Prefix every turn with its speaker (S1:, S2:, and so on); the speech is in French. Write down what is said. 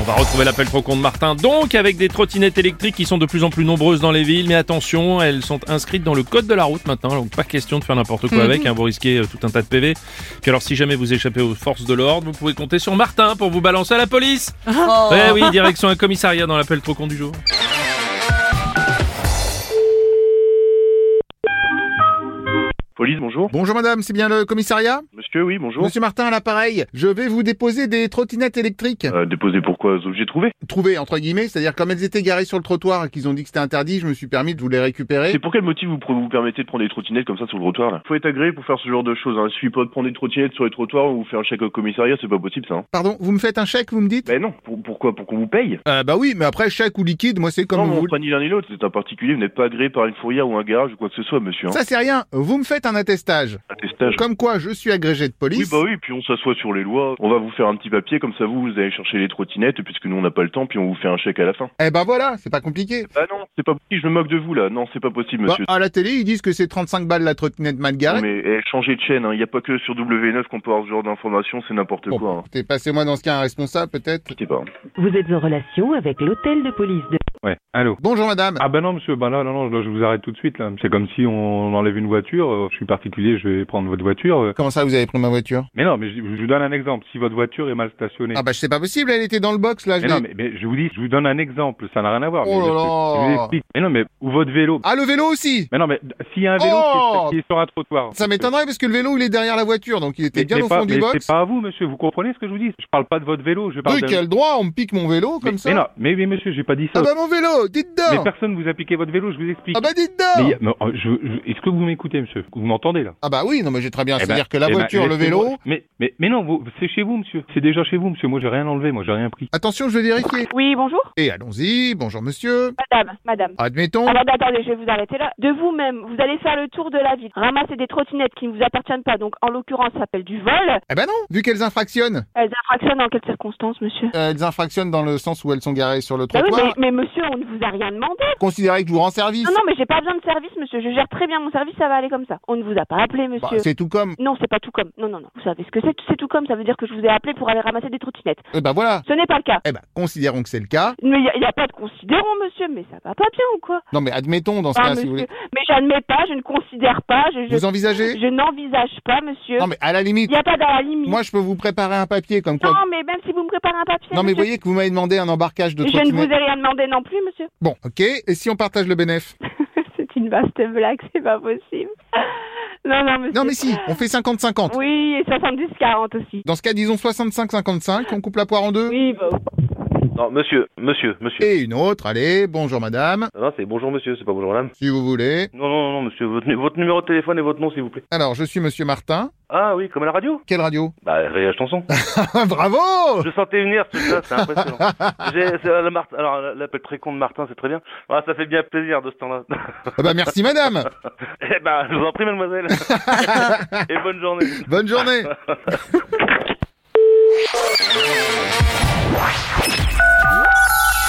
S1: On va retrouver l'appel trop con de Martin, donc avec des trottinettes électriques qui sont de plus en plus nombreuses dans les villes. Mais attention, elles sont inscrites dans le code de la route maintenant, donc pas question de faire n'importe quoi avec, hein, vous risquez euh, tout un tas de PV. Puis alors, si jamais vous échappez aux forces de l'ordre, vous pouvez compter sur Martin pour vous balancer à la police. Ouais, oui, direction un commissariat dans l'appel trop con du jour.
S2: Police, bonjour.
S3: Bonjour madame, c'est bien le commissariat
S2: Monsieur, oui, bonjour.
S3: Monsieur Martin à l'appareil, je vais vous déposer des trottinettes électriques.
S2: Euh, déposer pourquoi aux objets trouvés
S3: Trouvées entre guillemets, c'est-à-dire comme elles étaient garées sur le trottoir et qu'ils ont dit que c'était interdit, je me suis permis de vous les récupérer.
S2: C'est pour quel motif vous pre- vous permettez de prendre des trottinettes comme ça sur le trottoir là Faut être agréé pour faire ce genre de choses. Hein. Il suffit pas de prendre des trottinettes sur les trottoirs ou faire un chèque au commissariat, c'est pas possible ça. Hein.
S3: Pardon, vous me faites un chèque, vous me dites
S2: Ben non, pour- pourquoi Pour qu'on vous paye
S3: Euh, Bah oui, mais après chèque ou liquide, moi c'est comme
S2: Non,
S3: vous
S2: mais on
S3: voulez.
S2: prend ni l'un ni l'autre. C'est un particulier, vous n'êtes pas agréé par une fourrière ou un garage ou quoi que ce soit, monsieur. Hein.
S3: Ça c'est rien, vous me faites un attestage.
S2: Attestage.
S3: Comme quoi je suis agrégé de
S2: Euh, Oui,
S3: police.
S2: bah oui, puis on s'assoit sur les lois. On va vous faire un petit papier, comme ça vous, vous allez chercher les trottinettes, puisque nous on n'a pas le temps, puis on vous fait un chèque à la fin.
S3: Eh ben voilà, c'est pas compliqué.
S2: Ah non, c'est pas possible, je me moque de vous là. Non, c'est pas possible,
S3: Bah,
S2: monsieur.
S3: à la télé, ils disent que c'est 35 balles la trottinette mal
S2: Non,
S3: garée.
S2: mais eh, changez de chaîne, il n'y a pas que sur W9 qu'on peut avoir ce genre d'informations, c'est n'importe
S3: Bon,
S2: quoi. hein.
S3: T'es passé moi dans ce cas un responsable peut-être.
S2: Quittez pas.
S4: Vous êtes en relation avec l'hôtel de police de...
S5: Ouais, allô
S3: Bonjour madame.
S5: Ah ben non monsieur, ben là, non, non, là, je vous arrête tout de suite là. C'est comme si on enlève une voiture, euh, je suis particulier, je vais prendre votre voiture. euh.
S3: Comment ça vous avez pris ma voiture
S5: Mais non, mais je, je vous donne un exemple, si votre voiture est mal stationnée.
S3: Ah bah c'est pas possible, elle était dans le box là. Je
S5: mais
S3: l'ai-
S5: non, mais, mais je vous dis, je vous donne un exemple, ça n'a rien à voir.
S3: Oh
S5: mais je-
S3: là
S5: je,
S3: là.
S5: vous explique. Mais non, mais ou votre vélo.
S3: Ah le vélo aussi.
S5: Mais non, mais d- s'il y a un vélo
S3: Oh
S5: qui, est, qui est sur un trottoir.
S3: Ça m'étonnerait parce que le vélo il est derrière la voiture donc il était
S5: Mais,
S3: bien
S5: mais
S3: au
S5: pas-
S3: fond du
S5: mais
S3: box.
S5: c'est pas à vous monsieur, vous comprenez ce que je vous dis Je parle pas de votre vélo, je parle
S3: Oui,
S5: de...
S3: quel droit on me pique mon vélo
S5: mais,
S3: comme ça
S5: mais non, mais, mais monsieur, j'ai pas dit
S3: Ah
S5: ça.
S3: bah mon vélo, dites
S5: mais
S3: donc.
S5: personne vous a piqué votre vélo, je vous explique.
S3: Ah bah dites
S5: Mais y
S3: donc.
S5: a- mais, euh, je- je- est-ce que vous m'écoutez monsieur Vous m'entendez là
S3: Ah bah oui, non mais j'ai très bien,
S5: Eh ben,
S3: c'est-à-dire que la
S5: eh ben,
S3: voiture, le
S5: laissez-moi-
S3: vélo.
S5: Mais, mais, mais non, vous- c'est chez vous, monsieur. C'est déjà chez vous, monsieur. Moi, j'ai rien enlevé, moi, j'ai rien pris.
S3: Attention, je vais vérifier.
S6: Oui, bonjour.
S3: Et allons-y, bonjour monsieur.
S6: Madame, madame.
S3: Admettons.
S6: Alors attendez, je vais vous arrêter là. De vous-même, vous allez faire le tour de la ville, ramasser des trottinettes qui ne vous appartiennent pas, donc en l'occurrence ça s'appelle du vol.
S3: Eh ben non, vu qu'elles infractionnent.
S6: Elles infractionnent dans quelles circonstances, monsieur
S3: Euh, Elles infractionnent dans le sens où elles sont garées sur le
S6: Bah oui,
S3: trottoir.
S6: mais, mais monsieur, on ne vous a rien demandé.
S3: Considérez que je vous rends service.
S6: Ah Non, non, mais j'ai pas besoin de service, monsieur. Je gère très bien mon service, ça va aller comme ça. On ne vous a pas appelé,
S3: Bah,
S6: monsieur.
S3: c'est tout comme.
S6: non, c'est pas tout comme. Non, non, non. Vous savez ce que c'est C'est tout comme. Ça veut dire que je vous ai appelé pour aller ramasser des trottinettes.
S3: Eh ben voilà.
S6: Ce n'est pas le cas.
S3: Eh ben, considérons que c'est le cas.
S6: Mais il n'y a, pas de considérant, monsieur. Mais ça va pas bien ou quoi
S3: Non, mais admettons dans ce
S6: Ah,
S3: cas, si
S6: monsieur.
S3: vous voulez.
S6: Mais j'admets pas, je ne considère pas. Je, je-
S3: Vous envisagez
S6: je n'envisage pas, monsieur.
S3: Non, mais à la
S6: Il
S3: limite,
S6: n'y a pas dans la limite.
S3: moi, je peux vous préparer un papier comme quoi.
S6: Non, mais même si vous me préparez un papier.
S3: Non, mais
S6: monsieur,
S3: voyez que vous m'avez demandé un embarquage de
S6: Je ne vous
S3: trottinette.
S6: ai rien demandé non plus, monsieur.
S3: Bon, ok. Et si on partage le bénéf
S6: c'est une vaste blague, c'est pas possible. Non, non, monsieur.
S3: Non, mais si, on fait 50-50.
S6: Oui, et 70-40 aussi.
S3: Dans ce cas, disons 65-55, on coupe la poire en deux.
S6: Oui, bah.
S7: Non, monsieur, monsieur, monsieur.
S3: Et une autre, allez, bonjour madame,
S7: Non, non, c'est bonjour monsieur, c'est pas bonjour madame.
S3: si vous voulez.
S7: Non, non, non, non, monsieur, votre, nu- votre numéro de téléphone et votre nom, s'il vous plaît.
S3: Alors, je suis monsieur Martin.
S7: Ah oui, comme à la radio
S3: Quelle radio
S7: Bah, Réa Chanson.
S3: Ah, Bravo
S7: Je sentais venir, tout ça, c'est impressionnant. J'ai, c'est, euh, le Martin, alors, l'appel très con de Martin, c'est très bien. Ah, ça fait bien plaisir de ce temps-là.
S3: ah bah, Merci madame
S7: eh ben, je vous en prie, mademoiselle. et bonne journée.
S3: Bonne journée